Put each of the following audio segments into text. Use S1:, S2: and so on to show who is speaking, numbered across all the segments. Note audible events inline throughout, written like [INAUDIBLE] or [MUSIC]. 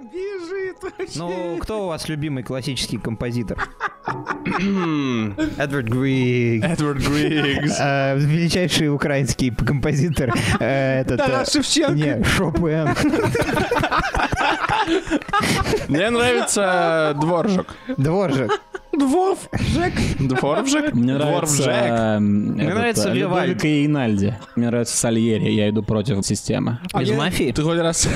S1: Бежит вообще.
S2: Ну, кто у вас любимый классический композитор? Хм. Эдвард Григ.
S3: Эдвард Григс.
S2: Э, величайший украинский композитор. э, этот, э,
S1: Тарас Шевченко.
S2: не, Шопен.
S3: [LAUGHS] Мне нравится Дворжик.
S2: Дворжик.
S1: Дворф, Жек.
S3: Дворжик?
S4: Мне нравится,
S3: Дворжик.
S4: Мне
S3: э,
S2: нравится Вивальди.
S4: Людовик и Инальди. Мне нравится Сальери, я иду против системы.
S1: А
S2: Из
S1: я-
S2: мафии?
S3: Ты хоть [LAUGHS] раз...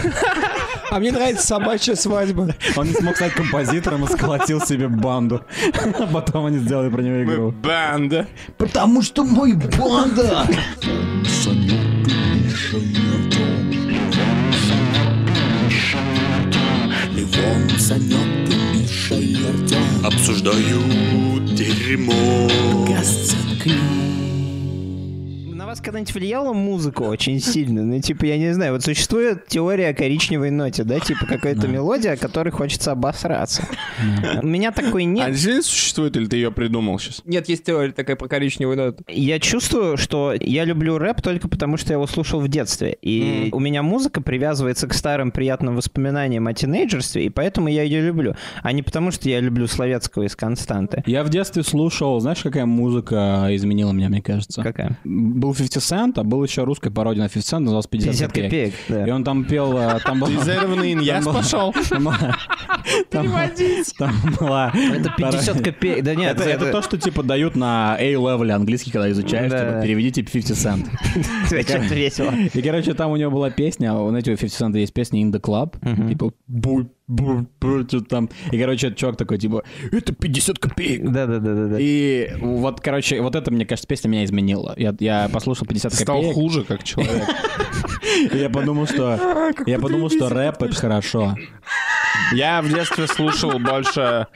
S1: А мне нравится собачья свадьба.
S4: Он не смог стать композитором и сколотил себе банду. А потом они сделали про него
S3: Мы
S4: игру.
S3: банда.
S4: Потому что мой банда!
S5: Обсуждают дерьмо.
S2: На вас когда-нибудь влияла музыка очень сильно? Ну, типа, я не знаю, вот существует теория о коричневой ноте, да? Типа, какая-то мелодия, о которой хочется обосраться. У меня такой
S3: А
S2: нет.
S3: действительно существует или ты ее придумал [LAUGHS] сейчас?
S1: Нет, есть теория такая про коричневую ноту.
S2: Я чувствую, что я люблю рэп только потому, что я его слушал в детстве. И у меня музыка привязывается к старым приятным воспоминаниям о тинейджерстве, и поэтому я ее люблю. А не потому, что я люблю Словецкого из Константы.
S4: Я в детстве слушал, знаешь, какая музыка изменила меня, мне кажется?
S2: Какая?
S4: Был 50 Cent, а был еще русская пародия на 50 Cent, называлась 50,
S2: 50
S4: копеек.
S2: копеек, да.
S4: И он там пел... э, Там был...
S3: Из Эрвана Иньяс пошел.
S4: [LAUGHS] Там была- там- [LAUGHS] Там была...
S2: Это 50 копеек. Да нет,
S4: Это,
S2: [LAUGHS]
S4: это то, что типа дают на A-level английский, когда изучаешь,
S2: Да,
S4: типа
S2: да.
S4: переведите 50 Cent.
S2: что-то весело.
S4: И, короче, там у него была песня, а, знаете, у 50 Cent есть песня In The Club, типа буй, буй, буй, что-то там. И, короче, этот чувак такой, типа, это 50 копеек.
S2: Да-да-да-да.
S4: И вот, короче, вот это, мне кажется, песня меня изменила. Я, я послушал 50
S3: Ты стал
S4: копеек,
S3: хуже как человек.
S4: и я
S3: [LAUGHS]
S4: подумал,
S3: А,
S4: что... Я подумал, что рэп — это хорошо.
S3: Я в детстве слушал больше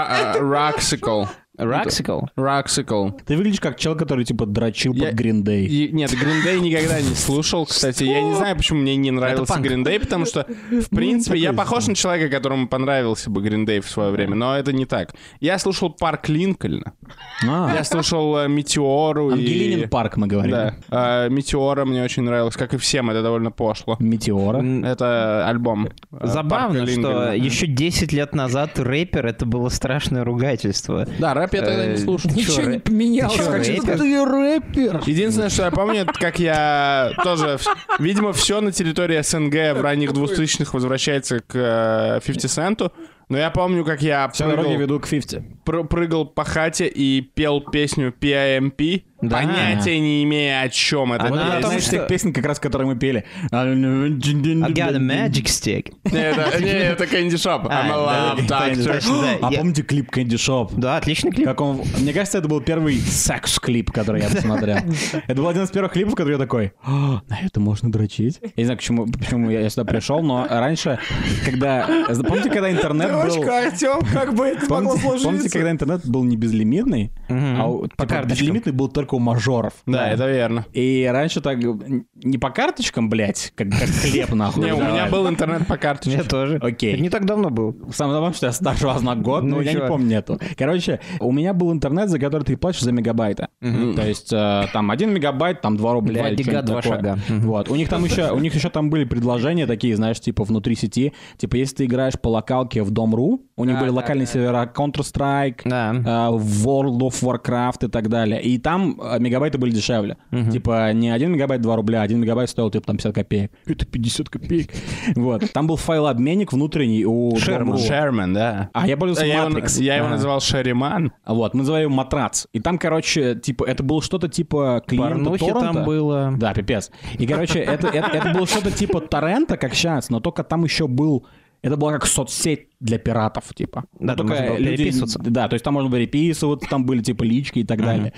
S3: э, Раксикл.
S2: Раксикл?
S3: Раксикл.
S4: Ты выглядишь как чел, который, типа, дрочил
S3: Я-
S4: под Гриндей.
S3: И- Нет, Green Day никогда не слушал. Кстати, я не знаю, почему мне не нравился
S2: панк.
S3: Green Day, потому что, в принципе, я похож на человека, которому понравился бы Green Day в свое время, но это не так. Я слушал Парк Линкольна, я слушал э, Метеору и-
S4: А, Ангелинин парк, мы говорим.
S3: Да. Э, Метеора мне очень нравилось, как и всем, это довольно пошло.
S4: Метеора.
S3: Это альбом. э,
S2: Забавно,
S3: Парка
S2: что
S3: Линкольна.
S2: еще 10 лет назад рэпер это было страшное ругательство.
S3: Да, рэп я тогда не слушал.
S1: Ничего не поменялось.
S2: ты чё,
S1: Как
S2: рэпер?
S1: сейчас- Ты рэпер.
S3: Единственное, что я помню, это как я тоже, вс- видимо, все на территории СНГ в ранних 2000-х возвращается к э, 50 Центу. Но я помню, как я
S4: Все дороги
S3: прыгал,
S4: веду к 50.
S3: пр- прыгал по хате и пел песню PIMP,
S2: Да.
S3: понятия не имея, о чем это.
S2: Она
S3: песня.
S2: о том,
S4: Знаешь,
S2: что-
S4: тех песен, как раз, которые мы пели.
S2: I got a magic stick.
S3: Не, это-
S4: [LAUGHS]
S3: не, это Кэнди Шоп. I'm
S2: А,
S3: a love
S2: да,
S3: doctor.
S2: точно, да.
S4: А
S2: Я-
S4: помните клип Candy Shop?
S2: Да, отличный клип.
S4: Как он... Мне кажется, это был первый секс-клип, который я посмотрел. Это был один из первых клипов, который я такой, «А, на это можно дрочить. Я не знаю, к чему- почему я сюда пришел, но раньше, когда... Помните, когда интернет был...
S1: Дочка, Артем, как бы это могло
S4: Помните, помните,
S1: сложиться?
S4: когда интернет был не безлимитный, а у- типа,
S2: карточкам.
S4: безлимитный был только у мажоров.
S3: Да, это верно.
S4: И раньше так н- не по карточкам, блядь, как, как хлеб нахуй.
S3: Не, у меня
S4: давали.
S3: был интернет по карточке.
S2: Я тоже.
S4: Окей.
S2: Это Не так давно был.
S4: Самое главное, что я старше вас на год, но
S2: Ну
S4: я не
S2: чё?
S4: помню эту. Короче, у меня был интернет, за который ты платишь за мегабайты. То есть э, там один мегабайт, там 2 рубля.
S2: Два
S4: или
S2: дига,
S4: что-нибудь
S2: два
S4: такое.
S2: шага. Мгм.
S4: Вот. У них там еще, у них еще там были предложения такие, знаешь, типа внутри сети. Типа, если ты играешь по локалке в Дом.ру, у них были локальные сервера Counter-Strike,
S2: Да.
S4: э, World of Warcraft и так далее. И там э, мегабайты были дешевле. Типа не 1 мегабайт 2 рубля, 1 мегабайт стоил типа там 50 копеек. Это 50 копеек. [LAUGHS] Вот. Там был файлообменник внутренний у
S2: Шерман.
S4: Dom.ru.
S3: Шерман, да.
S4: А я пользовался
S3: Я его,
S4: Matrix.
S3: я его
S4: А.
S3: называл Шерриман.
S4: А Вот, мы называем его матрац. И там, короче, типа, это было что-то типа клиента
S2: Порнухи
S4: торрента.
S2: там было.
S4: Да, пипец. И, короче, это, это, это было что-то типа торрента, как сейчас, но только там еще был... Это была как соцсеть для пиратов, типа.
S2: Да, там
S4: Ну, только
S2: можно было
S4: людей-
S2: переписываться.
S4: Да, то есть там можно было переписываться, там были типа лички и так далее.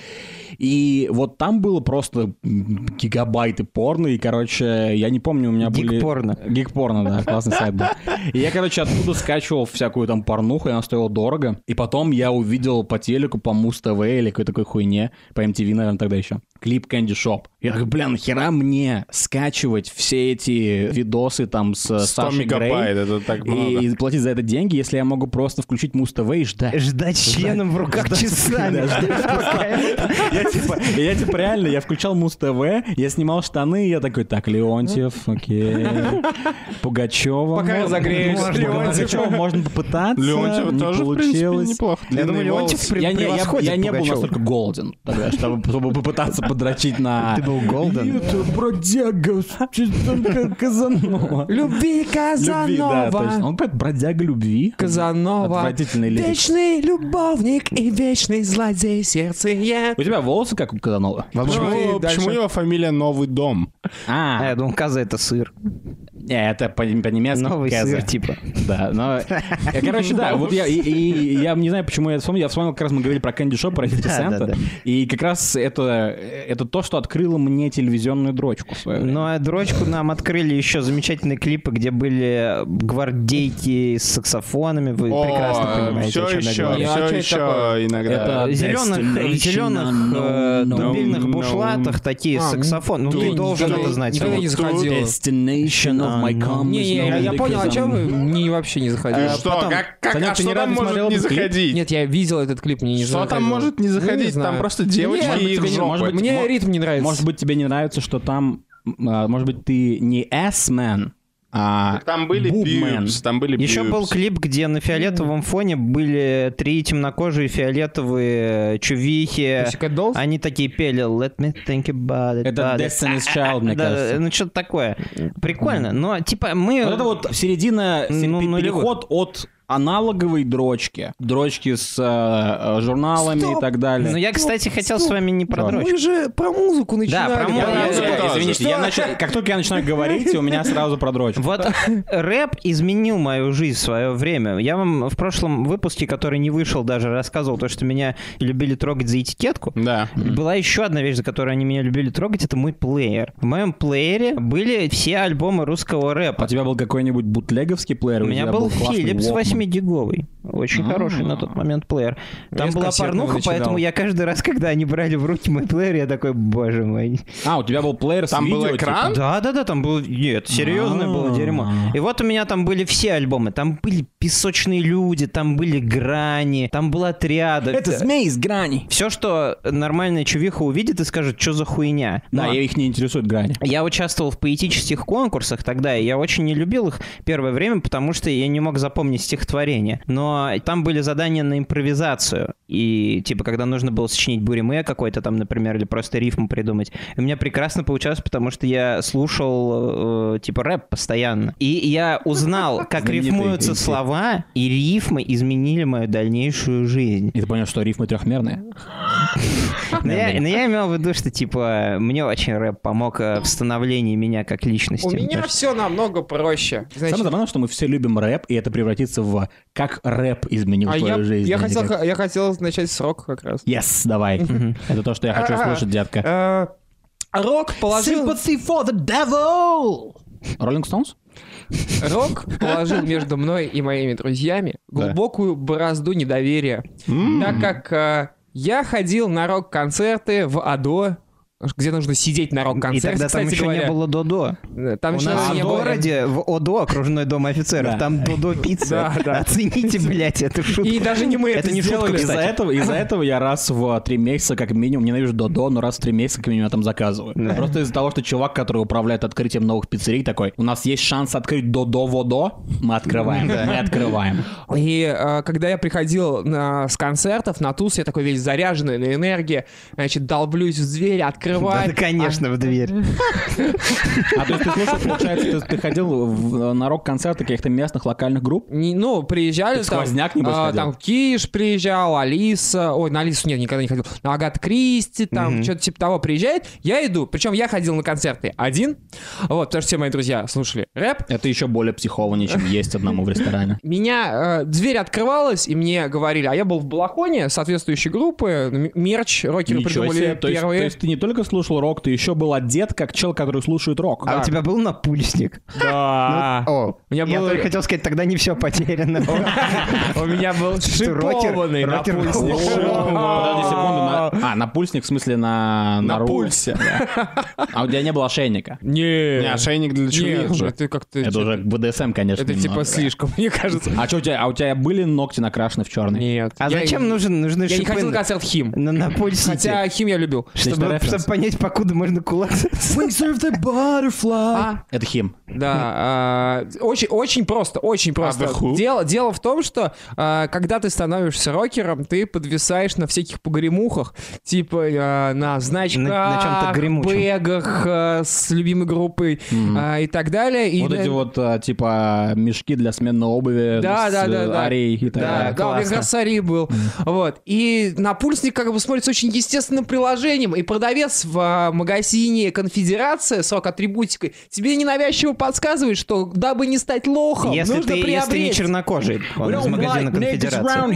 S4: И вот там было просто м, гигабайты порно, и, короче, я не помню, у меня были...
S2: Гик-порно.
S4: Гик-порно, да, классный сайт был. И я, короче, оттуда скачивал всякую там порнуху, и она стоила дорого. И потом я увидел по телеку, по Муз-ТВ или какой-то такой хуйне, по MTV, наверное, тогда еще, клип Candy Shop. Я такой, бля, нахера мне скачивать все эти видосы там с
S3: 100
S4: Сашей Грей?
S3: мегабайт, это так много.
S4: и платить за это деньги, если я могу просто включить Муз ТВ и ждать.
S2: А, Ждать членом в руках часами.
S4: Я типа, я типа реально, я включал Муз ТВ, я снимал штаны, и я такой, так, Леонтьев, окей, Пугачева.
S1: Пока я загреюсь, Леонтьев.
S4: можно попытаться,
S3: Леонтьев
S4: не
S3: тоже, в принципе,
S4: получилось.
S3: неплохо.
S2: Я думаю,
S3: Длинные волосы.
S2: Леонтьев
S4: Я не, я-
S2: превосходит
S4: я не был
S2: Пугачёва.
S4: настолько голоден тогда, чтобы, чтобы попытаться подрочить на...
S2: Ты был голоден?
S4: «Юту, бродяга, чертенка Казанова.
S1: Люби
S4: Любви, да, точно.
S1: Казанова.
S4: Он поет бродяга любви.
S1: Казанова.
S4: Отвратительный лирик.
S1: Вечный любовник и вечный злодей сердце я.
S4: У тебя волосы как у Казанова?
S1: Ну,
S3: Почему,
S1: и
S3: почему
S1: дальше.
S3: его фамилия Новый Дом?
S2: А,
S4: А,
S2: я думал, каза это сыр.
S4: Не, это по- по-немецки.
S2: Новый
S4: «кэзе».
S2: сыр, типа.
S4: Да, но... Э, Короче, да, вот я, и- и- я не знаю, почему я это вспомнил. Я вспомнил, как раз мы говорили про Кэнди Шоп, про
S2: Да,
S4: 50
S2: да,
S4: Cent.
S2: да.
S4: И как раз это, э, это то, что открыло мне телевизионную дрочку в свое время.
S2: Ну а дрочку нам открыли еще замечательные клипы, где были гвардейки с саксофонами. Вы прекрасно
S1: э,
S2: понимаете,
S3: все
S2: о чем
S3: еще,
S2: я говорю.
S1: А
S3: все
S1: что это такое?
S3: еще иногда.
S4: Это-
S2: Зеленых, зеленых э,
S4: No, no,
S2: дубильных
S3: no.
S2: бушлатах такие
S1: А,
S2: саксофон. Ну
S1: ну,
S2: ты
S1: ну,
S2: должен
S1: ну,
S2: это знать.
S1: никогда не
S2: Волк.
S1: заходил.
S4: Ну, Destination of my cum
S1: Не,
S4: is
S1: не, я,
S4: known
S1: я
S4: because
S1: понял, о чем
S4: I'm-
S1: вы не вообще не заходили.
S3: Ты Э, что,
S4: потом-
S3: как, как-
S4: Санёк,
S3: а
S4: ты
S3: что
S4: ни разу
S3: там
S4: не смотрел
S3: может не
S4: этот клип?
S3: заходить?
S1: Нет, я видел этот клип, мне не
S3: что там
S1: заходило.
S3: может не заходить? там
S1: знаю.
S3: просто девочки
S1: Мне-
S3: и их
S4: тебе не-
S3: жопы.
S4: может быть,
S1: Мне
S4: мо-
S1: ритм не нравится.
S4: Может быть, тебе не нравится, что там... м, а, Может быть, ты не S-man, а...
S3: Там были
S4: Бубмен.
S3: пьюпс, там были
S2: Еще
S4: э,
S3: пьюпс.
S2: был клип, где на фиолетовом фоне были три темнокожие фиолетовые э,
S3: э,
S2: чувихи.
S1: Pussycat Dolls?
S2: Они такие пели «Let me think about it».
S4: Это
S2: about it».
S4: Destiny's Child, мне
S2: Да,
S4: кажется.
S2: ну что-то такое. Прикольно, но типа мы...
S4: Вот это вот середина, се-
S2: Ну,
S4: пе-
S2: нулевых.
S4: переход от аналоговой дрочки, дрочки с э, э, журналами и
S1: Стоп! Ну,
S4: так далее.
S2: Но Ну, я, кстати, хотел с вами не про
S4: Да.
S2: дрочку.
S1: Мы же про музыку начинали.
S2: про
S1: говорить.
S2: музыку.
S4: Я-
S2: Я-
S4: я-
S3: тоже.
S4: извините, я начи- как только я начинаю говорить, у меня сразу про дрочку.
S2: Вот [LAUGHS] рэп изменил мою жизнь в свое время. Я вам в прошлом выпуске, который не вышел даже, рассказывал то, что меня любили трогать за этикетку.
S3: Да.
S2: И Была еще одна вещь, за которую они меня любили трогать, это мой плеер. В моем плеере были все альбомы русского
S4: А
S2: рэпа.
S4: у тебя был какой-нибудь бутлеговский плеер?
S2: У меня
S4: тебя
S2: был А.
S4: классный
S2: Philips
S4: Walkman?
S2: 8-гиговый. Очень хороший на тот момент плеер. Там
S1: Я с
S2: была
S1: кассетного
S2: порнуха,
S1: начинал.
S2: поэтому я каждый раз, когда они брали в руки мой плеер, я такой, боже мой.
S4: А, у тебя был плеер с
S3: Там был
S4: видео, типа? А.
S3: экран?
S2: Да, да, да, там было. Нет, серьезное было дерьмо. И вот у меня там были все альбомы. Там были песочные люди, там были грани, там была триада.
S4: Это змей из грани.
S2: все, что нормальная чувиха увидит и скажет, что за хуйня. Ну,
S4: Да,
S2: Но
S4: и их не интересует грани.
S2: я участвовал в поэтических конкурсах тогда, и я очень не любил их первое время, потому что я не мог запомнить стихотворение. Но там были задания на импровизацию. И, типа, когда нужно было сочинить буриме какой-то там, например, или просто рифм придумать. И у меня прекрасно получалось, потому что я слушал, э, типа, рэп постоянно. И я
S1: [LAUGHS]
S2: узнал, как
S4: Знаменитый
S2: рифмуются
S4: MC.
S2: слова, и рифмы изменили мою
S1: [LAUGHS]
S2: дальнейшую жизнь.
S4: И ты понял, что рифмы трехмерные?
S2: Но я, но я имел в виду, что, типа, мне очень рэп помог э, в становлении меня как личности.
S1: У меня
S2: Потому что-
S1: все намного проще. Значит,
S4: Самое забавное, что мы все любим рэп, и это превратится в «Как рэп изменил
S1: а я,
S4: твою жизнь».
S1: я,
S4: а не
S1: хотел,
S4: как-
S1: я хотел начать с рока как раз.
S4: Yes, давай. Это то, что я хочу
S1: А-а.
S4: слушать, детка.
S1: Э, Рок положил,
S4: for the devil! Rolling Stones?
S1: рок положил между мной и моими друзьями глубокую борозду недоверия, так как э, я ходил на рок-концерты в АДО, где нужно сидеть на
S2: И
S1: рок-концерте,
S2: тогда там
S1: кстати
S2: еще
S1: говоря.
S2: не было Додо.
S1: Э, Там
S2: У
S1: еще
S2: нас
S1: не
S2: в
S1: было.
S2: городе, в ОДО, окружной дом офицеров,
S4: Да.
S2: там Додо пицца.
S1: Да, да.
S2: Оцените, блядь, эту шутку.
S1: И даже не мы это,
S2: Это не шутка,
S1: сделали.
S2: кстати.
S4: Из-за этого, из-за этого я раз в три месяца как минимум ненавижу Додо, но раз в три месяца как минимум я там заказываю. Просто из-за того, что чувак, который управляет открытием новых пиццерий, такой, у нас есть шанс открыть Додо Водо, мы открываем, мы открываем.
S1: И э, когда я приходил на- с концертов на туз, я такой весь заряженный на энергии, значит, долблюсь в дверь,
S2: Да,
S1: открываю.
S2: конечно, в дверь.
S4: А то есть ты слушал, получается, ты, ты ходил в- на рок-концерты каких-то местных локальных групп?
S1: Не- ну, приезжали
S4: Ты
S1: там.
S4: сквозняк, небось,
S1: а,
S4: ходил?
S1: Там Киш приезжал, Алиса. Ой, на Алису нет, никогда не ходил. На Агат Кристи, там, что-то типа того приезжает. Я иду. Причем я ходил на концерты один. Вот, потому что все мои друзья слушали рэп.
S4: Это еще более психованнее, чем есть одному в ресторане.
S1: Меня э, дверь открывалась, и мне говорили, а я был в балахоне соответствующей группы, м- мерч, рокеры
S4: Ничего
S1: придумали
S4: себе, то есть,
S1: первые.
S4: то есть ты не только ты слушал рок, ты еще был одет как чел, который слушает рок. Типа,
S2: А у тебя был напульсник? Ну,
S1: Да.
S2: О,
S1: А. У меня
S2: я
S1: был-
S2: только хотел сказать, тогда не все потеряно.
S1: Ну,
S2: [LAUGHS]
S1: У меня был
S2: Ты рокер?
S1: шипованный
S2: Рокер?
S1: напульсник.
S4: Подожди
S1: [LAUGHS]
S4: секунду. на- А, напульсник, в смысле, на...
S3: На
S4: руку.
S3: пульсе.
S4: А у тебя не было ошейника.
S1: Не,
S3: [LAUGHS]
S4: а
S3: Не, ошейник для
S1: Нет,
S3: чего же?
S1: это как-то...
S4: Это уже БДСМ, конечно,
S1: Это типа
S4: немного.
S1: слишком, мне кажется.
S4: А что у тебя, а у тебя были ногти накрашены в черный?
S1: Нет.
S2: А
S1: Я-
S2: зачем нужен нужны
S1: Я не
S2: шипы
S1: ходил на
S2: на-
S1: концерт Хим.
S2: на на пульсике?
S1: Хотя Хим я любил.
S2: чтобы,
S4: референс.
S2: чтобы понять, покуда можно кулак. [LAUGHS]
S1: А,
S4: Это хим.
S1: да, а, очень, очень просто, очень просто.
S3: А The Who?
S1: дело, дело в том, что а, когда ты становишься рокером, ты подвисаешь на всяких погремухах, типа а, на значках,
S2: На- на чём-то гремучем.
S1: бегах а, с любимой группой а, и так далее. И
S4: вот
S1: на-
S4: эти вот, а, типа, мешки для сменной обуви
S1: Да,
S4: с
S1: да,
S4: э,
S1: да, да.
S4: арией и так
S1: Да,
S4: далее.
S1: да, у меня как раз Сари был. Вот. И напульсник как бы смотрится очень естественным приложением. И продавец в а, магазине «Конфедерация» с рок-атрибутикой тебе ненавязчиво подсказывает, что дабы не стать лохом,
S2: Если
S1: нужно
S2: ты, если не
S1: приобрести.
S2: чернокожий, он из магазина Конфедерации.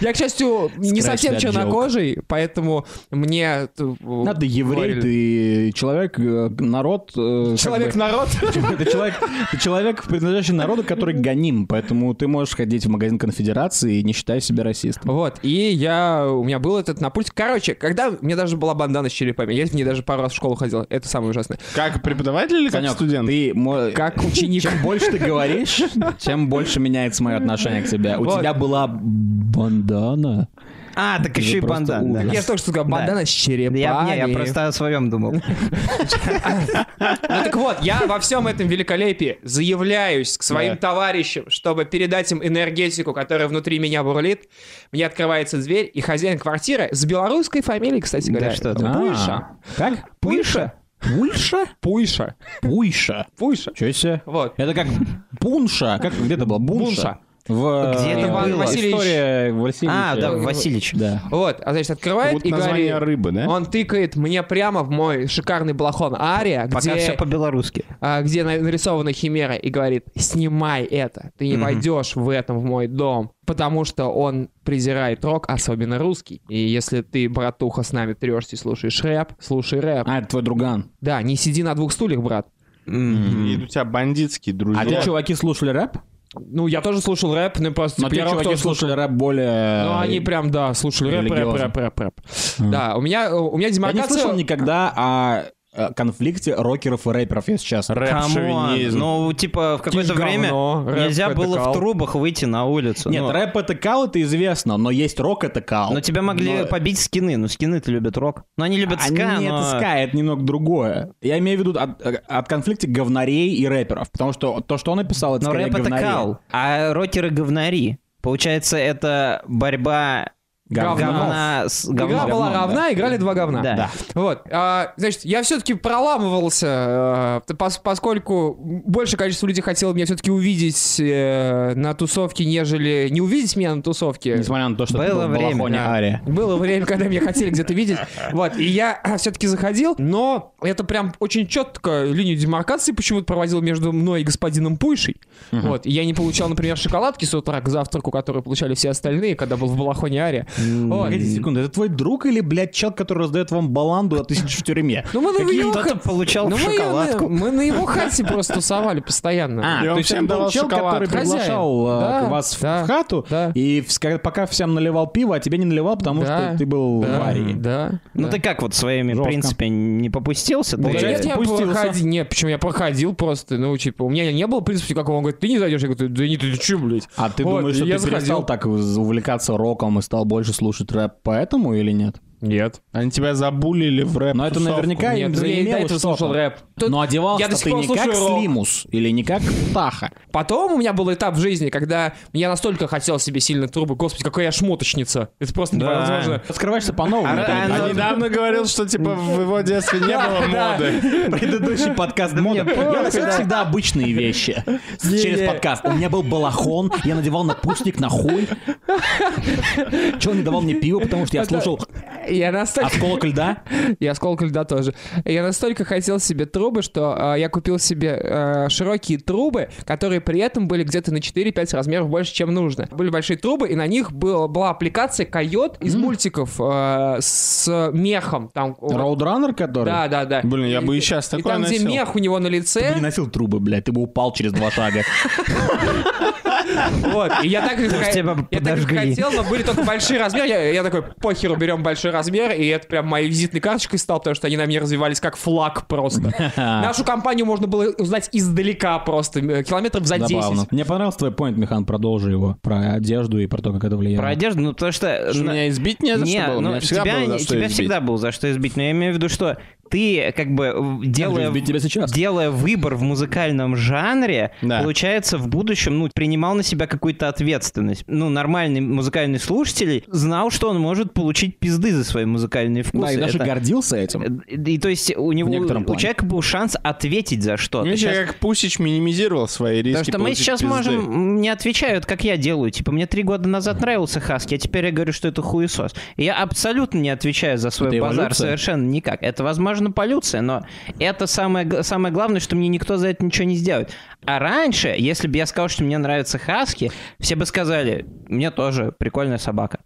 S1: Я, к счастью, не
S4: Scratch
S1: совсем
S4: that
S1: чернокожий, поэтому мне... э,
S4: Надо еврей, ты человек, э, народ... Человек-народ?
S1: Человек-народ.
S4: Ты человек, ты человек, принадлежащий народу, который гоним, поэтому ты можешь ходить в магазин конфедерации и не считай себя расистом.
S1: Вот, и я, у меня был этот напульсник. Короче, когда у меня даже была бандана с черепами, я в ней даже пару раз в школу ходил, это самое ужасное.
S3: Как преподаватель или как
S4: Санёк,
S3: студент?
S4: ты мо-
S1: Как ученик.
S4: Чем больше ты говоришь, тем больше меняется мое отношение к тебе. У
S1: Вот.
S4: тебя была бандана.
S2: А, так еще и
S4: просто
S2: бандан. да.
S1: Я же только что сказал, бандана Ну, с черепами.
S2: Я, не, я просто о
S1: [LAUGHS]
S2: своем думал.
S1: Ну так вот, я во всем этом великолепии заявляюсь к своим товарищам, чтобы передать им энергетику, которая внутри меня бурлит. Мне открывается дверь, и хозяин квартиры с белорусской фамилией, кстати
S2: Да
S1: говоря.
S2: что ты.
S1: Пуйша.
S4: Как?
S1: Пуйша.
S4: Пульша?
S1: Пуйша.
S4: Пуйша.
S1: Пуйша.
S4: Чё себе?
S1: Вот.
S4: Это как пунша. Как где-то было? Бунша. В...
S2: Где это
S4: э,
S1: было?
S4: История Васильевича.
S2: А, да, Васильевич.
S4: Да.
S1: Вот, а значит,
S3: Как
S1: открывает
S3: будто
S1: и
S3: название
S1: говорит...
S3: рыбы, да?
S1: Он тыкает мне прямо в мой шикарный балахон Ария,
S2: Пока
S1: где,
S2: все по-белорусски.
S1: а, где на- нарисована химера, и говорит, снимай это, ты не войдешь в этом в мой дом, потому что он презирает рок, особенно русский. И если ты, братуха, с нами трешься и слушаешь рэп, слушай рэп.
S4: А, это твой друган.
S1: Да, не сиди на двух стульях, брат.
S3: И у тебя бандитские друзья.
S4: А те чуваки слушали рэп?
S1: Ну, я тоже слушал рэп, но просто
S4: Но
S1: типа,
S4: те
S1: я рок
S4: чуваки
S1: тоже слушал.
S4: слушали рэп более...
S1: Ну, они прям, да, слушали рэп, рэп,
S4: Религиозно.
S1: рэп, рэп, рэп. Да, у меня, у меня
S4: Я не
S1: демаркация...
S4: слышал никогда о э, конфликте рокеров и рэперов, если честно.
S2: Камон,
S3: шовинизм.
S2: ну, типа, в какое-то
S1: Тишь,
S2: время
S1: говно, рэп
S2: нельзя
S1: это
S2: было
S1: кал.
S2: в трубах выйти на улицу.
S4: Нет,
S2: ну,
S4: рэп это кал, это известно, но есть рок это кал.
S2: но тебя могли
S4: Но-
S2: побить скины, ну скины-то любят рок. Но они любят
S4: Они
S2: ска,
S4: не
S2: но...
S4: это ска, это немного другое. Я имею в виду от, э, от конфликта говнарей и рэперов, потому что то, что он написал, это
S2: но
S4: скорее
S2: рэп это
S4: говнарей.
S2: кал, а рокеры говнари. Получается, это борьба
S4: Говно.
S2: говна с
S1: Игра
S2: говном.
S1: была
S4: Говно,
S1: равна, играли два говна.
S2: Да.
S4: Да.
S1: Вот, а, значит, я все-таки проламывался, э, пос- поскольку большее количество людей хотело меня все-таки увидеть э, на тусовке, нежели не увидеть меня на тусовке.
S4: Несмотря на то, что
S2: Было
S4: ты был в
S2: время,
S4: балахоне
S2: да.
S4: Ария.
S1: Было время, когда меня хотели где-то видеть. Вот, и я все-таки заходил, но это прям очень четко линию демаркации почему-то проводил между мной и господином Пуйшей. Вот, и я не получал, например, шоколадки с утра к завтраку, которые получали все остальные, когда был в Балахоне Ария. Вот.
S4: Погоди секунду, это твой друг или, блядь, чел, который раздает вам баланду, а ты сидишь в тюрьме?
S1: Ну, мы на
S2: Какие-
S1: его
S2: Кто-то
S1: ха-
S2: получал
S1: ну, мы её на-
S2: шоколадку.
S1: Мы на его хате просто тусовали постоянно.
S4: А,
S3: И
S4: то
S3: он
S4: есть
S3: всем
S4: это был
S3: давал
S4: чел,
S3: шоколад.
S4: который
S1: Хозяин.
S4: приглашал э,
S1: Да,
S4: вас в-
S1: да,
S4: в хату,
S1: да.
S4: и в- ска- пока всем наливал пиво, а тебе не наливал, потому
S1: Да,
S4: что ты был в
S1: Да,
S4: Арии.
S1: да.
S2: Ну
S1: да.
S2: ты как вот своими
S4: Жёстко.
S2: принципами не попустился?
S1: Да
S2: ты?
S1: нет, я
S4: пустился.
S1: проходил. Нет, почему я проходил просто, ну, типа, у меня не было принципа никакого. Он говорит, ты не зайдешь. Я говорю, да не, ты че, блядь?
S4: А ты
S1: Вот,
S4: думаешь, что
S1: и я
S4: ты перестал
S1: заходил.
S4: так увлекаться роком и стал больше слушать рэп поэтому или нет?
S1: Нет.
S3: Они тебя забулили в
S2: Ну,
S3: рэп
S4: Но это наверняка
S1: Нет,
S4: им
S1: я и до
S4: заимело
S1: этого слушал
S4: что-то.
S1: рэп. Тут
S4: Но
S1: я
S4: одевался
S1: до сих
S4: ты
S1: пор
S4: не как
S1: слушаю рок.
S4: Слимус или не как Птаха.
S1: Потом у меня был этап в жизни, когда я настолько хотел себе сильно трубы. Господи, какая я шмоточница. Это просто
S2: Да.
S1: невозможно.
S4: Раскрываешься по-новому.
S2: А,
S4: это
S2: а,
S4: не
S2: ну,
S4: так.
S3: А недавно говорил, что типа в его
S2: [LAUGHS]
S3: детстве не было моды.
S4: Предыдущий подкаст мода. Я носил всегда обычные вещи. Через подкаст. У меня был балахон, я надевал напустник на хуй. Чел не давал мне пиво, потому что я слушал
S1: Я настолько...
S4: Осколок льда?
S1: [LAUGHS] И осколок льда тоже. Я настолько хотел себе трубы, что э, я купил себе э, широкие трубы, которые при этом были где-то на 4-5 размеров больше, чем нужно. Были большие трубы, и на них было, была аппликация Койот из мультиков э, с мехом. Там,
S4: Роудраннер, который?
S1: Да, да, да.
S3: Блин, я
S1: И-
S3: бы и щас такое
S1: И там, где
S3: носил.
S1: мех у него на лице,
S4: Ты не носил трубы, блядь, ты бы упал через два шага.
S1: вот. И я так и хо-
S2: тебя бы
S1: я так и
S2: подожгли.
S1: хотел, но были только большие размеры. Я, я такой, похеру, берем большой размер, и это прям моей визитной карточкой стал, потому что они на мне развивались как флаг просто.
S4: [LAUGHS]
S1: Нашу компанию можно было узнать издалека просто, м, километров за 10.
S4: Забавно. Мне понравился твой поинт, Михан, продолжи его. Про одежду и про то, как это влияет.
S2: Про одежду, ну потому что...
S3: Что,
S2: на-
S3: меня избить не за
S2: Не,
S3: что было?
S2: ну,
S3: Меня всегда
S2: тебя,
S3: было за что
S2: тебя
S3: избить.
S2: всегда было за что избить, но я имею в виду, что ты как бы в- делая,
S4: избить тебя сейчас?
S2: делая выбор в музыкальном жанре,
S3: Да.
S2: получается, в будущем ну, принимал на себя какую-то ответственность. Ну, нормальный музыкальный слушатель знал, что он может получить пизды за свои музыкальные вкусы.
S4: Да, и даже
S2: Это- э,
S4: гордился [LAUGHS] этим.
S2: И, то есть у него
S4: некотором
S2: у
S4: плане.
S2: человека был шанс ответить за что-то.
S3: Видишь,
S2: Щас-
S3: я как Пусич минимизировал свои
S2: Потому
S3: риски
S2: что мы
S3: получить
S2: сейчас
S3: пизды.
S2: можем, м, не отвечают, как я делаю. Типа, мне три года назад нравился Хаски, а теперь я говорю, что это хуесос. И Я абсолютно не отвечаю за свой
S4: Это
S2: базар
S4: эволюция?
S2: совершенно никак. Это, возможно, полюция, но это самое, г- самое главное, что мне никто за это ничего не сделает. А раньше, если бы я сказал, что мне нравится Хаски, все бы сказали, мне тоже прикольная собака.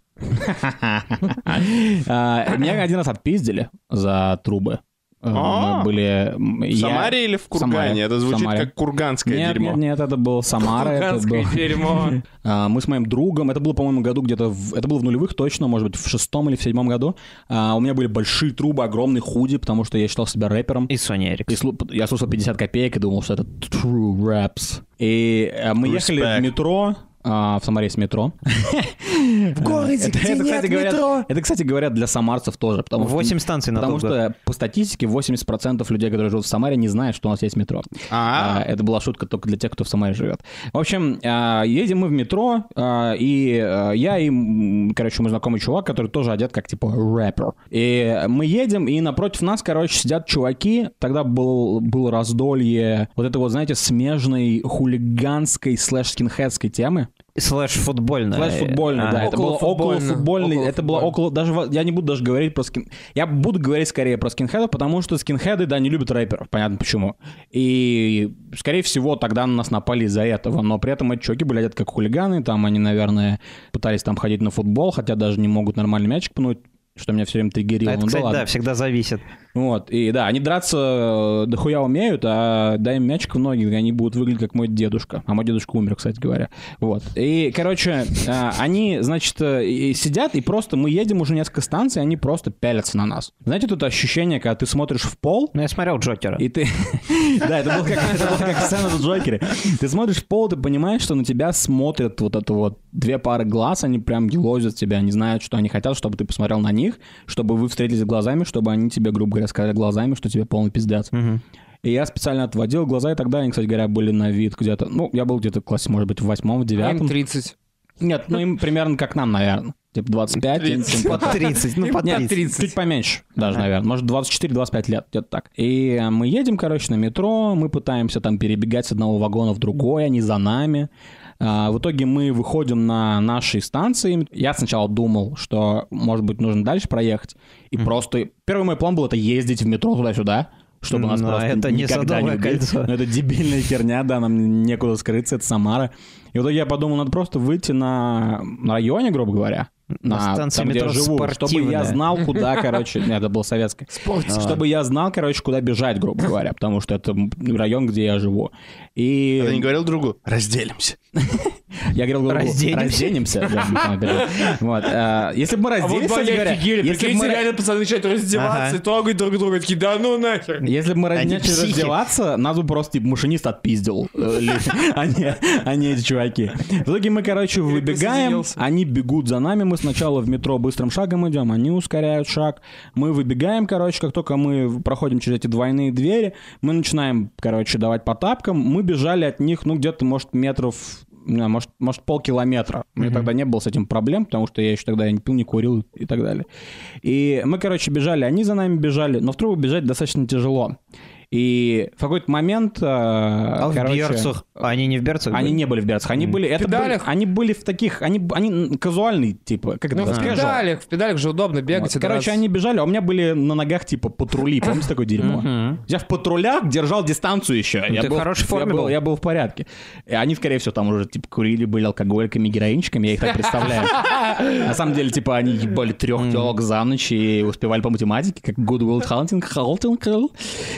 S4: А, Меня один раз отпиздили за трубы. Э,
S3: А.
S4: Мы были... м,
S3: В
S4: я-
S3: Самаре или в Кургане?
S4: Самаре.
S3: Это звучит
S4: Самаре.
S3: как курганское
S4: Нет,
S3: дерьмо.
S4: нет, нет, это был Самара, это был... [LAUGHS]
S1: дерьмо.
S4: А, Мы с моим другом, это было, по-моему, году где-то, в- это было в нулевых точно, может быть, в шестом или в седьмом году. А, У меня были большие трубы, огромный худи, потому что я считал себя рэпером.
S2: И Соня Эрикс.
S4: И слу- Я слушал 50 копеек и думал, что это true raps. И э, мы ехали
S3: Respect.
S4: в метро, а, в Самаре есть метро.
S1: [LAUGHS] В городе,
S4: Это,
S1: где
S4: это,
S1: нет
S4: кстати,
S1: метро.
S4: говорят, это, кстати, говорят, для самарцев тоже, потому что...
S2: Восемь станций на
S4: Потому
S2: тот год.
S4: что по статистике 80% людей, которые живут в Самаре, не знают, что у нас есть метро.
S3: А.
S4: А, это была шутка только для тех, кто в Самаре живет. В общем, а, едем мы в метро, а, и а, я и, м, короче, мой знакомый чувак, который тоже одет как, типа, рэпер. И мы едем, и напротив нас, короче, сидят чуваки. Тогда был, был раздолье вот это вот, знаете, смежной хулиганской слэш-скинхедской темы.
S2: Слэш футбольная.
S4: Флэш футбольный, да.
S2: А,
S4: Это было около
S1: Околофутбольный.
S4: футбольный. Это было
S1: Околофутбольный.
S4: около. Даже во- я не буду даже говорить про скин. Я буду говорить скорее про скинхеды, потому что скинхеды, да, не любят рэперов. Понятно почему. И, скорее всего, тогда на нас напали из-за этого. Но при этом эти чуваки были одеты как хулиганы. Там они, наверное, пытались там ходить на футбол, хотя даже не могут нормальный мячик пнуть что меня все время триггерило.
S2: это,
S4: Ну да
S2: кстати,
S4: ладно.
S2: да, всегда зависит.
S4: Вот, и да, они драться э, дохуя умеют, а дай им мячик в ноги, и они будут выглядеть как мой дедушка. А мой дедушка умер, кстати говоря. Вот. И, короче, э, они, значит, э, и сидят, и просто мы едем уже несколько станций, и они просто пялятся на нас. Знаете, тут ощущение, когда ты смотришь в пол,
S2: Но Ну, я смотрел Джокера.
S4: и ты... [LAUGHS] Да, это было как, это было как сцена в Джокере. Ты смотришь в пол, ты понимаешь, что на тебя смотрят вот это вот две пары глаз, они прям елозят тебя, они знают, что они хотят, чтобы ты посмотрел на них, чтобы вы встретились глазами, чтобы они тебе, грубо говоря, сказали глазами, что тебе полный пиздец.
S2: Мгм.
S4: И я специально отводил глаза, и тогда они, кстати говоря, были на вид где-то... Ну, я был где-то в классе, может быть, в восьмом, в девятом.
S1: М30.
S4: Нет, ну им примерно как нам, наверное. Типа 25, им- им
S2: Под 30,
S4: [LAUGHS]
S2: ну под
S4: нет,
S2: 30.
S4: Чуть поменьше даже, наверное. Может, 24-25 лет, где-то так. И э, мы едем, короче, на метро, мы пытаемся там перебегать с одного вагона в другой, они за нами. А, В итоге мы выходим на нашей станции. Я сначала думал, что, может быть, нужно дальше проехать. И просто... Первый мой план был это ездить в метро туда-сюда, чтобы нас
S2: Но
S4: просто
S2: ну, это не
S4: никогда не
S2: Садовое
S4: убили.
S2: кольцо.
S4: Но Ну, это дебильная херня, да, нам некуда скрыться, это Самара. И в итоге я подумал, надо просто выйти на на районе, грубо говоря,
S2: На
S4: на,
S2: станции
S4: там, где я
S2: метро
S4: живу, чтобы
S2: «Спортивная».
S4: я знал,
S2: [LAUGHS]
S4: куда, короче, нет, это было советское, А, чтобы я знал, короче, куда бежать, грубо говоря, потому что это м, район, где я живу.
S3: А ты не
S4: И
S3: говорил другу? Разделимся.
S4: я говорил, говорю,
S2: Разденемся.
S4: разденемся. да,
S2: [LAUGHS]
S4: Михаил Петрович. Вот, а, Если бы мы
S1: А вот
S4: разделись, кстати
S1: они
S4: говоря,
S1: офигели,
S4: если бы
S1: прикиньте,
S4: мы
S1: реально пацаны начинают раздеваться,
S2: Ага.
S1: и трогать друг друга, такие, да ну нахер.
S4: Если бы мы
S2: Они
S4: начали
S2: психи.
S4: раздеваться, нас бы просто типа, машинист отпиздил, э, [LAUGHS] ли- а не- а не эти чуваки. В итоге мы, короче, выбегаем,
S1: присоединился.
S4: они бегут за нами, мы сначала в метро быстрым шагом идем, они ускоряют шаг, мы выбегаем, короче, как только мы проходим через эти двойные двери, мы начинаем, короче, давать по тапкам, мы бежали от них, ну, где-то, может, метров не знаю, может, может, полкилометра. У меня тогда не было с этим проблем, потому что я еще тогда не пил, не курил и так далее. И мы, короче, бежали, они за нами бежали, но в трубу бежать достаточно тяжело. И в какой-то момент, э,
S2: А в
S4: короче,
S2: Берцах? Они не в Берцах
S4: Они
S2: были?
S4: не были в берцах, они были... Это были,
S1: педалях?
S4: они были в таких... Они, б- они н- казуальные, типа. Как
S1: Ну,
S4: это?
S1: в
S4: casual.
S1: педалях, в педалях же удобно
S4: Вот.
S1: бегать. и
S4: Короче,
S1: драться.
S4: они бежали, а у меня были на ногах, типа, патрули. Помните такое дерьмо? Я в патрулях держал дистанцию еще. Я
S2: ты в
S4: был
S2: хорошей
S4: я
S2: форме
S4: был-
S2: был.
S4: Я был в порядке. И они, скорее всего, там уже, типа, курили, были алкоголиками, героинчиками, я их так представляю. На самом деле, типа, они ебали трех телок за ночь и успевали по математике, как Good Will Hunting, Hunting, Hill.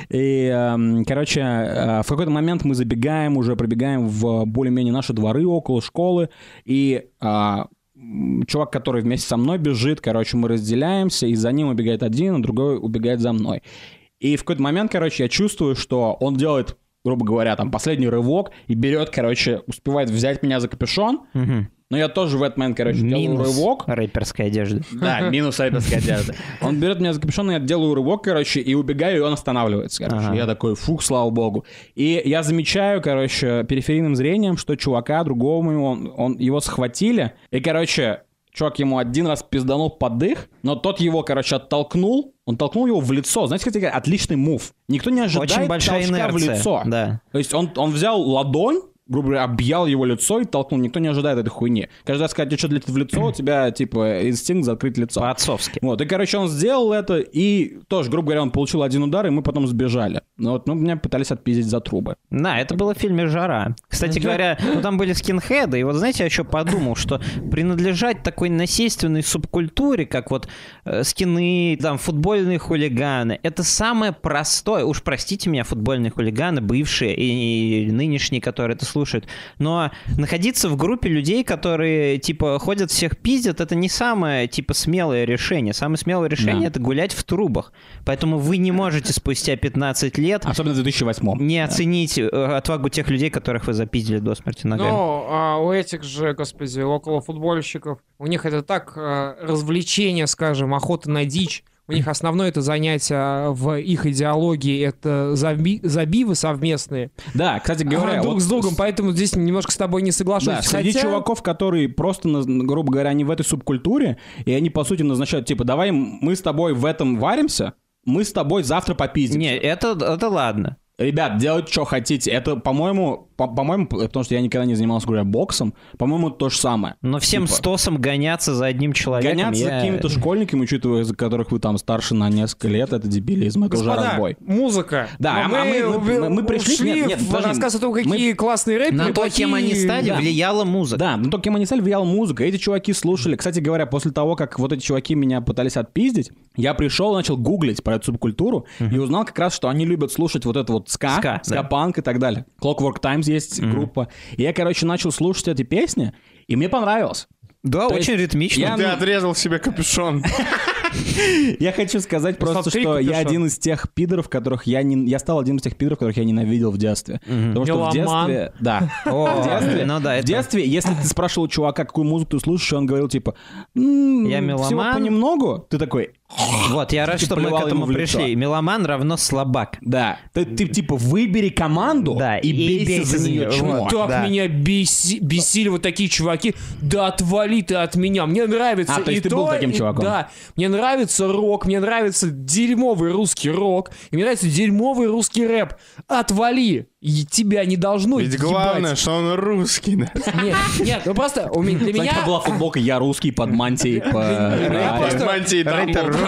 S4: И, эм, короче, э, в какой-то момент мы забегаем, уже пробегаем в более-менее наши дворы около школы, и а, м, чувак, который вместе со мной бежит, короче, мы разделяемся, и за ним убегает один, а другой убегает за мной. И в какой-то момент, короче, я чувствую, что он делает, грубо говоря, там последний рывок и берет, короче, успевает взять меня за капюшон. Но я тоже в этот момент, короче, делаю
S2: Минус
S4: рывок.
S2: рэперская одежда. [LAUGHS]
S4: Да, минус рэперская одежда. Он берет меня за капюшон, и я делаю рывок, короче, и убегаю, и он останавливается, короче.
S2: Ага.
S4: Я такой, фух, слава богу. И я замечаю, короче, периферийным зрением, что чувака другого моего, он, он- его схватили, и, короче, чувак ему один раз пизданул под дых, но тот его, короче, оттолкнул, он толкнул его в лицо. Знаете, как это отличный мув. Никто не ожидает
S2: Очень большая
S4: толчка в
S2: инерция,
S4: лицо.
S2: да.
S4: То есть он, он взял ладонь, грубо говоря, объял его лицо и толкнул. Никто не ожидает этой хуйни. Каждый раз, когда тебе что-то летит в лицо, у тебя, типа, инстинкт закрыть лицо.
S2: По-отцовски.
S4: Вот, и, короче, он сделал это, и тоже, грубо говоря, он получил один удар, и мы потом сбежали. Ну, вот, ну, меня пытались отпиздить за трубы.
S2: Да, это было в фильме «Жара». Кстати говоря, ну, там были скинхеды, и вот знаете, я еще подумал, что принадлежать такой насильственной субкультуре, как вот э, скины, там, футбольные хулиганы, это самое простое, уж простите меня, футбольные хулиганы, бывшие и, и нынешние, которые это слушают, но находиться в группе людей, которые, типа, ходят, всех пиздят, это не самое, типа, смелое решение. Самое смелое решение — это гулять в трубах. Поэтому вы не можете спустя 15 лет
S4: Особенно в 2008
S2: не оценить э, отвагу тех людей, которых вы запиздили до смерти ногами.
S1: Ну, а у этих же, господи, около футбольщиков, у них это так э, развлечение, скажем, охота на дичь. У них основное это занятие а, в их идеологии это заби- забивы совместные.
S4: Да, кстати говоря,
S1: А, друг
S4: вот
S1: с другом, поэтому здесь немножко с тобой не соглашусь.
S4: Да, среди
S1: Хотя-
S4: чуваков, которые просто, наз- грубо говоря, они в этой субкультуре, и они, по сути, назначают, типа, давай мы с тобой в этом варимся, мы с тобой завтра попиздим.
S2: Не, это, это ладно.
S4: Ребят, делать что хотите. Это, по-моему, по- по-моему, п- потому что я никогда не занимался, говоря, боксом, по-моему, то же самое.
S2: Но всем
S4: Типа.
S2: стосом гоняться за одним человеком.
S4: Гоняться
S2: я-
S4: за какими-то школьниками, учитывая, за которых вы там старше на несколько лет, это дебилизм, это уже
S1: Господа,
S4: разбой.
S1: музыка.
S4: Да,
S1: Но
S4: а мы- мы-
S1: уби-
S4: мы- мы пришли-
S1: ушли
S4: нет, нет,
S1: в
S4: подожди.
S1: рассказ о том,
S4: Мы-
S1: какие классные рэперы.
S2: На то,
S1: плохие-
S2: кем они стали,
S4: да.
S2: влияла музыка.
S4: Да, но то, кем они стали, влияла музыка. Эти чуваки слушали. Кстати говоря, после того, как вот эти чуваки меня пытались отпиздить, я пришел, начал гуглить про эту субкультуру и узнал как раз, что они любят слушать вот это вот ска,
S2: Ска, да.
S4: панк и так далее. Clockwork Times есть группа. И я, короче, начал слушать эти песни, и мне понравилось.
S2: Да,
S4: То
S2: очень
S4: есть
S2: ритмично.
S4: я-
S3: Ну, Ты отрезал себе капюшон.
S4: Я хочу сказать
S1: Ну,
S4: просто,
S1: смотри,
S4: что я
S1: капюшон.
S4: один из тех пидоров, которых я не... Я стал один из тех пидоров, которых я ненавидел в детстве. Потому что в
S1: Меломан.
S4: детстве... Да.
S2: О,
S4: В детстве-
S2: ну да,
S4: в
S2: это-
S4: детстве, если ты спрашивал чувака, какую музыку ты слушаешь, он говорил типа... «М,
S2: Я меломан».
S4: Всего понемногу. Ты такой...
S2: Вот, я
S4: [LAUGHS]
S2: рад,
S4: Ты
S2: что мы к
S4: плевал
S2: этому
S4: ему в лицо.
S2: пришли. Меломан равно слабак.
S4: Да. Ты, ты, типа выбери команду
S2: Да,
S4: и, бейся, за нее. чмо.
S2: Вот.
S1: Так
S2: Да.
S1: меня беси- бесили вот такие чуваки. Да отвали ты от меня. Мне нравится
S4: А, то
S1: и
S4: есть ты был таким
S1: и-
S4: чуваком?
S1: Да. Мне нравится рок, мне нравится дерьмовый русский рок, и мне нравится дерьмовый русский рэп. Отвали! И тебя не должно
S3: Ведь
S1: ебать.
S3: главное, что он русский. да.
S1: Нет, нет, ну просто у меня, для
S4: Знаете,
S1: меня...
S4: там была футболка «Я русский» под мантией по э, раю».
S3: Под мантией Дамблдора.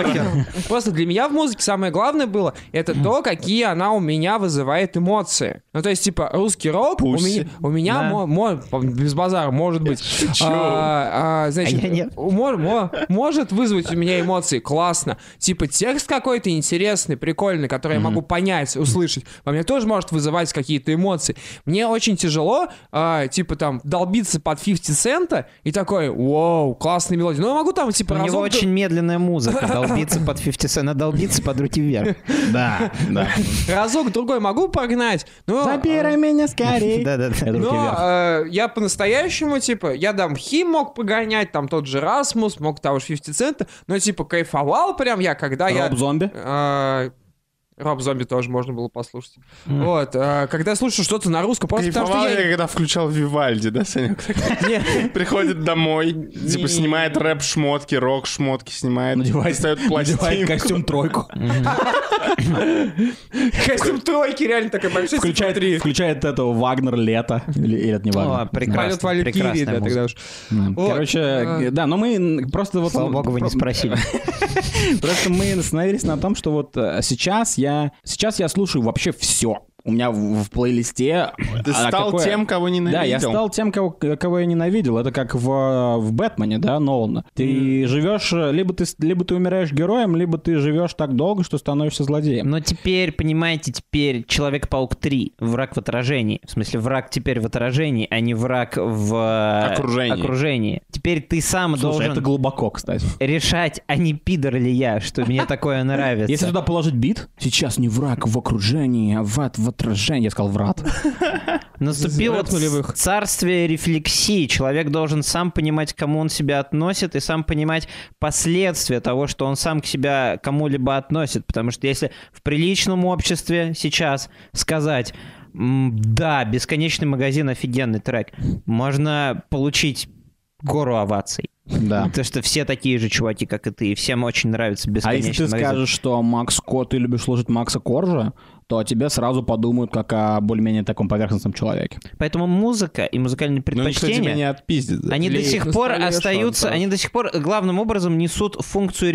S1: Просто для меня в музыке самое главное было это то, какие она у меня вызывает эмоции. Ну, то есть, типа, русский рок у
S3: Пусть.
S1: меня, у меня мо- мо- без базара, может быть. а, а, значит,
S2: А я нет.
S1: мо- мо- может вызвать у меня эмоции. Классно. Типа, текст какой-то интересный, прикольный, который я могу понять, услышать. Во мне тоже может вызывать какие-то эмоции. Мне очень тяжело, а, типа, там, долбиться под 50 цента и такой, вау, классная мелодия. Ну, я могу там, типа,
S2: У него
S1: разок-
S2: очень медленная [LAUGHS] музыка. Долбиться под 50 Cent, а долбиться под руки вверх.
S4: Да, да.
S1: Разок другой могу погнать, но, э,
S4: Забирай меня скорей.
S2: Да-да-да.
S4: Это руки
S1: но
S4: вверх.
S1: э, я по-настоящему, типа, я дам Хим мог погонять, там тот же Расмус, мог того же 50 цента, но, типа, кайфовал прям я, когда я...
S4: Роб-зомби.
S1: э, Роб Зомби тоже можно было послушать. Вот, а, когда я слушаю что-то на русском, просто потому
S3: Кайфовал
S1: что
S3: я,
S1: я...
S3: когда включал Вивальди, да, Санек? [LAUGHS] Приходит домой, типа снимает рэп шмотки, рок шмотки снимает,
S4: Надевает,
S3: достает
S4: [LAUGHS] надевает
S3: пластинку.
S4: костюм тройку.
S1: Костюм тройки реально типа, такая большая.
S4: Включает, включает этого Вагнер лето. Или, или это не
S2: О,
S4: Вагнер.
S2: прекрасно.
S1: Полет Валькирии,
S2: прекрасная
S1: да, тогда
S2: музыка.
S1: уж.
S4: Да.
S1: Вот.
S4: Короче, э,
S1: А.
S4: да, но мы н- просто вот...
S2: Слава богу, вы не
S4: про-
S2: спросили.
S4: Просто мы остановились на том, что вот э, сейчас я, сейчас я слушаю вообще все. У меня в, в плейлисте...
S3: Ты
S4: а,
S3: стал
S4: какое-
S3: тем, кого ненавидел.
S4: Да, я стал тем, кого, кого я ненавидел. Это как в, в Бэтмене, да, Нолана. Ты живешь, э, либо ты, с- либо ты умираешь героем, либо ты живешь так долго, что становишься злодеем.
S2: Но теперь, понимаете, теперь Человек-паук 3, враг в отражении. В смысле, враг теперь в отражении, а не враг в э,
S3: Окружении.
S2: окружении. Теперь ты
S3: Ну,
S2: сам
S4: Слушай,
S2: должен
S4: это глубоко, кстати.
S2: решать, а не пидор ли я, что мне такое нравится.
S4: Если туда положить бит, сейчас не враг в окружении, а враг в отражении. Я сказал врат.
S2: Наступило
S1: Зря с нулевых.
S2: царствие рефлексии. Человек должен сам понимать, к кому он себя относит, и сам понимать последствия того, что он сам к себя кому-либо относит. Потому что если в приличном обществе сейчас сказать «М, «Да, бесконечный магазин, офигенный трек», можно получить гору оваций.
S4: Да.
S2: Потому что все такие же чуваки, как и ты, и всем очень нравится
S4: А
S2: бесконечный
S4: если ты
S2: магазин.
S4: скажешь, что Макс Кот, ты любишь слушать Макса Коржа, то о тебе сразу подумают как о более-менее таком поверхностном человеке.
S2: Поэтому музыка и музыкальные
S3: Ну никто тебя
S2: предпочтения...
S3: не отпиздит. за
S2: Они до
S1: Леет
S2: сих
S1: на
S2: пор
S1: столе,
S2: остаются,
S1: Шансон.
S2: они до сих пор главным образом несут функцию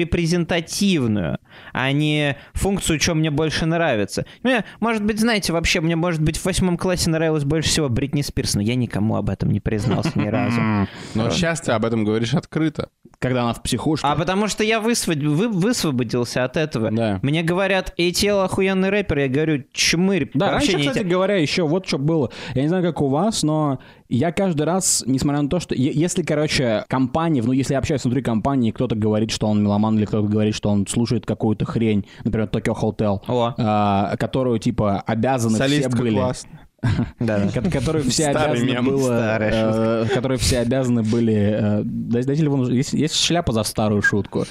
S2: репрезентативную, а не функцию, что мне больше нравится. Мне, может быть, знаете, вообще, мне, может быть, в восьмом классе нравилось больше всего Бритни Спирс, но я никому об этом не признался ни
S4: [LAUGHS]
S2: разу.
S3: это. Но сейчас ты об этом говоришь открыто.
S4: Когда она в психушке.
S2: А потому что я высвоб- вы- высвободился от этого.
S3: Да.
S2: Мне говорят, эй, тело охуенный рэпер, я говорю, чмырь.
S4: Да,
S2: вообще
S4: раньше,
S2: не
S4: кстати
S2: те».
S4: говоря, еще вот что было. Я не знаю, как у вас, но я каждый раз, несмотря на то, что е- если, короче, компания, ну, если я общаюсь внутри компании, кто-то говорит, что он меломан, или кто-то говорит, что он слушает какую-то хрень, например, Tokyo Hotel,
S2: О.
S4: а, которую, типа, обязаны все
S3: Солистка
S4: были.
S3: классно.
S4: Ко- Которые все
S3: Старый
S4: обязаны
S3: мем.
S4: было,
S2: Старая
S4: э, которые все обязаны были, э, да- дайте ли вон уже- есть, есть шляпа за старую
S3: [LAUGHS]
S4: шутку,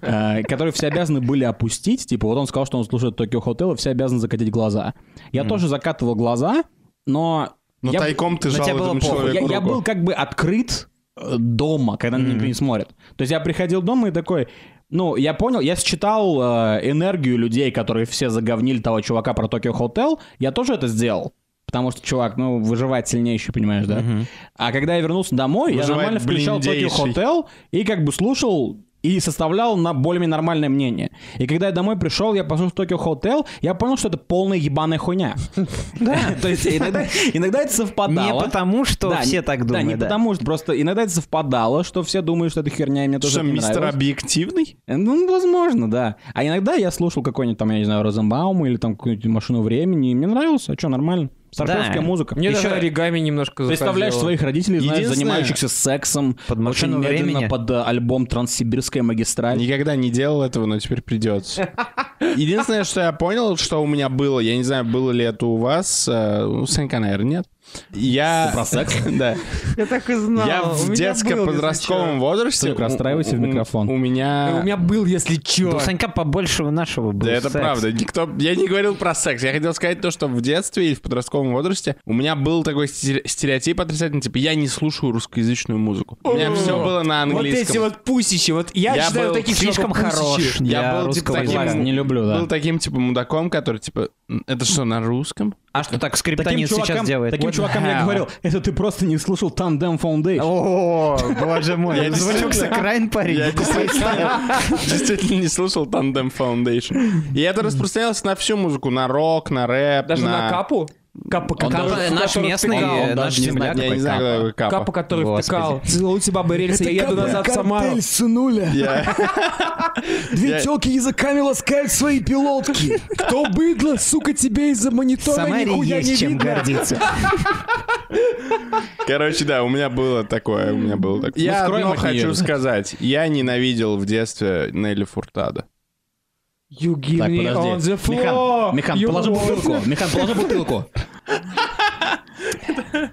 S4: Э, которые все обязаны были опустить, типа вот он сказал, что он слушает Токио Hotel, и все обязаны закатить глаза. Я тоже закатывал глаза, но
S3: Но
S4: я-
S3: тайком ты
S2: Но тебе
S3: жал
S2: было
S3: этому
S2: похуй.
S3: человеку
S4: я, я
S3: руку.
S4: был как бы открыт э, дома, когда на меня никто не смотрит. То есть я приходил дома и такой, ну, я понял, я считал э, энергию людей, которые все заговнили того чувака про Токио Hotel, я тоже это сделал. Потому что, чувак, ну, выживает сильнейший, понимаешь, да? А когда я вернулся домой, я
S3: Выживает
S4: нормально включал Токио
S3: блиндейший.
S4: Hotel и как бы слушал и составлял на более-менее нормальное мнение. И когда я домой пришел, я послушал Токио Hotel, я понял, что это полная ебаная хуйня. [LAUGHS] То есть иногда иногда это
S2: Не
S4: совпадало.
S2: потому, что
S4: Да,
S2: все
S4: не-
S2: так
S4: Да,
S2: думают.
S4: не потому что просто иногда это совпадало, что все думают, что это херня, и мне тоже
S3: Что,
S4: это не
S3: мистер
S4: нравилось.
S3: объективный?
S4: Ну, возможно, да. А иногда я слушал какой-нибудь там, я не знаю, Розенбаум или там какую-нибудь машину времени, и мне нравилось, а что, нормально. Старперская
S2: Да.
S4: музыка.
S1: Мне
S4: Ещё
S1: даже оригами немножко
S4: Представляешь
S1: заходило.
S4: своих родителей, знаешь,
S3: Единственное-
S4: занимающихся сексом
S2: Под
S4: очень
S2: машину
S4: медленно
S2: времени.
S4: под э, альбом «Транссибирская магистраль».
S3: Никогда не делал этого, но теперь [LAUGHS] придется. Единственное, что я понял, что у меня было, я не знаю, было ли это у вас, э, у Санька, наверное, нет.
S4: Типа
S3: Я... Про
S1: [LAUGHS]
S3: секс? Да.
S1: Я так и знал.
S3: Я
S1: А, у
S3: в
S1: меня был, если
S3: детско-подростковом возрасте...
S4: Санек, расстраивайся
S3: у-
S4: в
S3: у-
S4: микрофон.
S3: У меня...
S1: чё. У меня был, если
S2: Да
S1: чё.
S2: У Санька побольше нашего был
S3: Да это
S2: секс.
S3: правда. Никто... Я не говорил про секс. Я хотел сказать то, что в детстве и в подростковом возрасте у меня был такой стере- стереотип отрицательный, типа, я не слушаю русскоязычную музыку. У меня все было на
S1: Вот
S3: английском.
S1: эти вот пусищи, вот я,
S3: Я
S1: считаю
S3: был
S1: таких
S2: Слишком
S1: много
S2: хорош
S1: пусищи.
S2: для
S3: Я был, типа,
S2: русского
S3: таким-
S2: языка.
S4: Согласен, не люблю, да.
S3: Был таким, типа, мудаком, который, типа, «М, это что, на русском?
S2: А что так скриптонит сейчас делает?
S4: таким
S2: What the [LAUGHS]
S4: чувакам я
S2: hell?
S4: говорил, это ты просто не слушал Tandem
S1: А
S4: Foundation.
S2: О, боже мой,
S3: Я
S2: звучок
S3: действительно-
S2: сокраин
S3: Я
S2: парень.
S3: действительно, [LAUGHS] действительно не слушал Tandem Foundation. И это распространялось на всю музыку, на рок, на рэп,
S1: Даже на капу? Капа,
S2: даже-
S1: который-
S2: наш
S1: который
S2: местный,
S1: втыкал.
S2: э,
S4: Он
S2: наш
S4: даже не
S2: земляк
S4: знает,
S3: Я
S4: какой
S3: не знаю, кто
S4: капа.
S3: такой Капа.
S1: Капа, который
S2: Господи.
S1: втыкал. Целуйте, бабы, рельсы, я еду назад в Самару.
S4: сынуля.
S3: Я-
S4: Две
S3: Я-
S4: телки языками ласкают свои пилотки. Кто быдло, сука, тебе из-за
S2: В
S4: монитора
S2: Самаре есть чем гордиться.
S3: Короче, да, у меня было такое, у меня было такое. Я
S4: скроем
S3: одно
S4: от неё.
S3: хочу сказать. Я ненавидел в детстве Нелли Фуртада.
S1: You give
S4: Так,
S1: me on
S4: подожди.
S1: the floor.
S4: Михан, Михан,
S1: you
S4: положи
S1: want-
S4: бутылку. Михан, положи бутылку.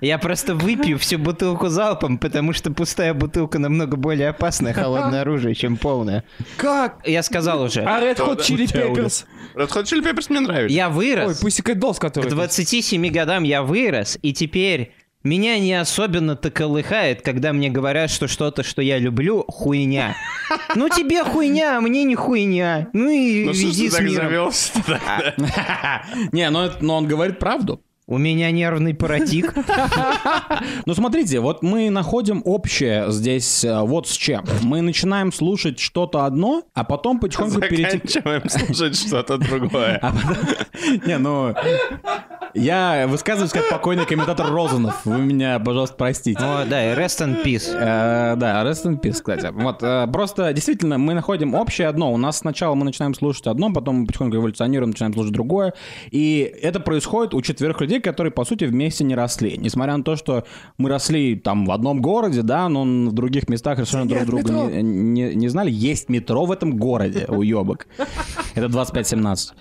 S2: Я просто выпью всю бутылку залпом, потому что пустая бутылка намного более опасное холодное оружие, чем полная.
S1: Как?
S2: Я сказал уже.
S1: А Red Hot Chili Peppers?
S3: Red Hot Chili Peppers мне нравится.
S2: Я
S1: Ой,
S2: вырос.
S1: Pussycat Dolls,
S2: К
S1: который...
S2: 27 годам я вырос, и теперь меня не особенно-то колыхает, когда мне говорят, что что-то, что я люблю, хуйня. Ну тебе хуйня, а мне не хуйня. Ну и
S3: Ну что ж
S2: иди
S3: ты
S2: с
S3: так
S2: миром.
S3: завелся [LAUGHS] тогда?
S4: Не, но, это- но он говорит правду.
S2: У меня нервный паратик.
S4: Ну, смотрите, вот мы находим общее здесь э, вот с чем. Мы начинаем слушать что-то одно, а потом потихоньку перейти...
S3: Заканчиваем слушать что-то другое.
S4: А потом- [LAUGHS] Не, ну... Я высказываюсь как покойный комментатор Розанов. Вы меня, пожалуйста, простите.
S2: О, да, и rest in peace.
S4: Э, Да, Rest in Peace, кстати. Вот, э, просто действительно мы находим общее одно. У нас сначала мы начинаем слушать одно, потом мы потихоньку эволюционируем, начинаем слушать другое. И это происходит у четверых людей, которые, по сути, вместе не росли. Несмотря на то, что мы росли там в одном городе, да, но в других местах совершенно друг друга не, не- не знали. Есть метро в этом городе, уебок. Это 2517.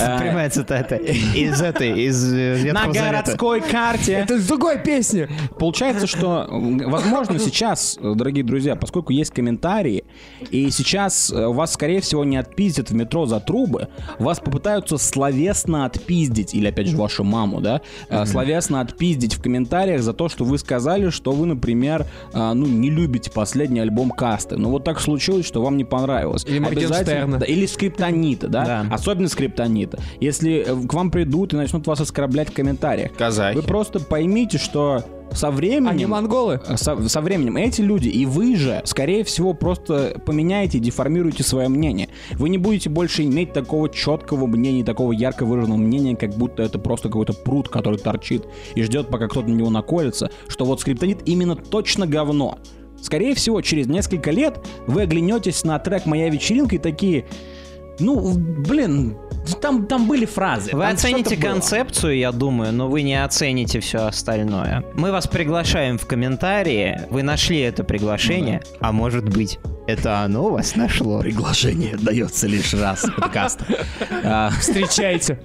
S4: А.
S2: Прямая цитата. Из этой, из э,
S4: На
S2: Ветхого Завета.
S4: городской карте.
S1: Это с другой песни.
S4: Получается, что, м, возможно, сейчас, э, дорогие друзья, поскольку есть комментарии, и сейчас э, вас, скорее всего, не отпиздят в метро за трубы, вас попытаются словесно отпиздить, или, опять же, вашу маму, да, э, словесно отпиздить в комментариях за то, что вы сказали, что вы, например, э, ну, не любите последний альбом Касты. Ну, вот так случилось, что вам не понравилось.
S1: Или
S4: Обязательно-
S1: Моргенштерна.
S4: Да, Или скриптонита, да?
S2: Да.
S4: Особенно скриптонита. Если э, к вам придут и начнут вас оскорблять в комментариях,
S3: Казахи.
S4: вы просто поймите, что со
S1: Они
S4: временем...
S1: монголы.
S4: Со, со временем эти люди и вы же, скорее всего, просто поменяете и деформируете свое мнение. Вы не будете больше иметь такого четкого мнения, такого ярко выраженного мнения, как будто это просто какой-то пруд, который торчит и ждет, пока кто-то на него наколется, что вот скриптонит именно точно говно. Скорее всего, через несколько лет вы оглянетесь на трек «Моя вечеринка» и такие... Ну, блин, там, там были фразы.
S2: Вы
S4: там
S2: оцените
S4: что-то было».
S2: концепцию, я думаю, но вы не оцените все остальное. Мы вас приглашаем в комментарии. Вы нашли это приглашение, а может быть, это оно вас нашло. [LAUGHS]
S4: Приглашение дается лишь раз в подкаст. А,
S1: Встречайте.